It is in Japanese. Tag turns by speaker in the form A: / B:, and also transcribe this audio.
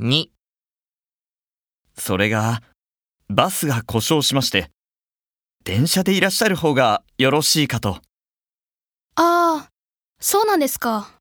A: 2
B: それが、バスが故障しまして、電車でいらっしゃる方がよろしいかと。
C: ああ、そうなんですか。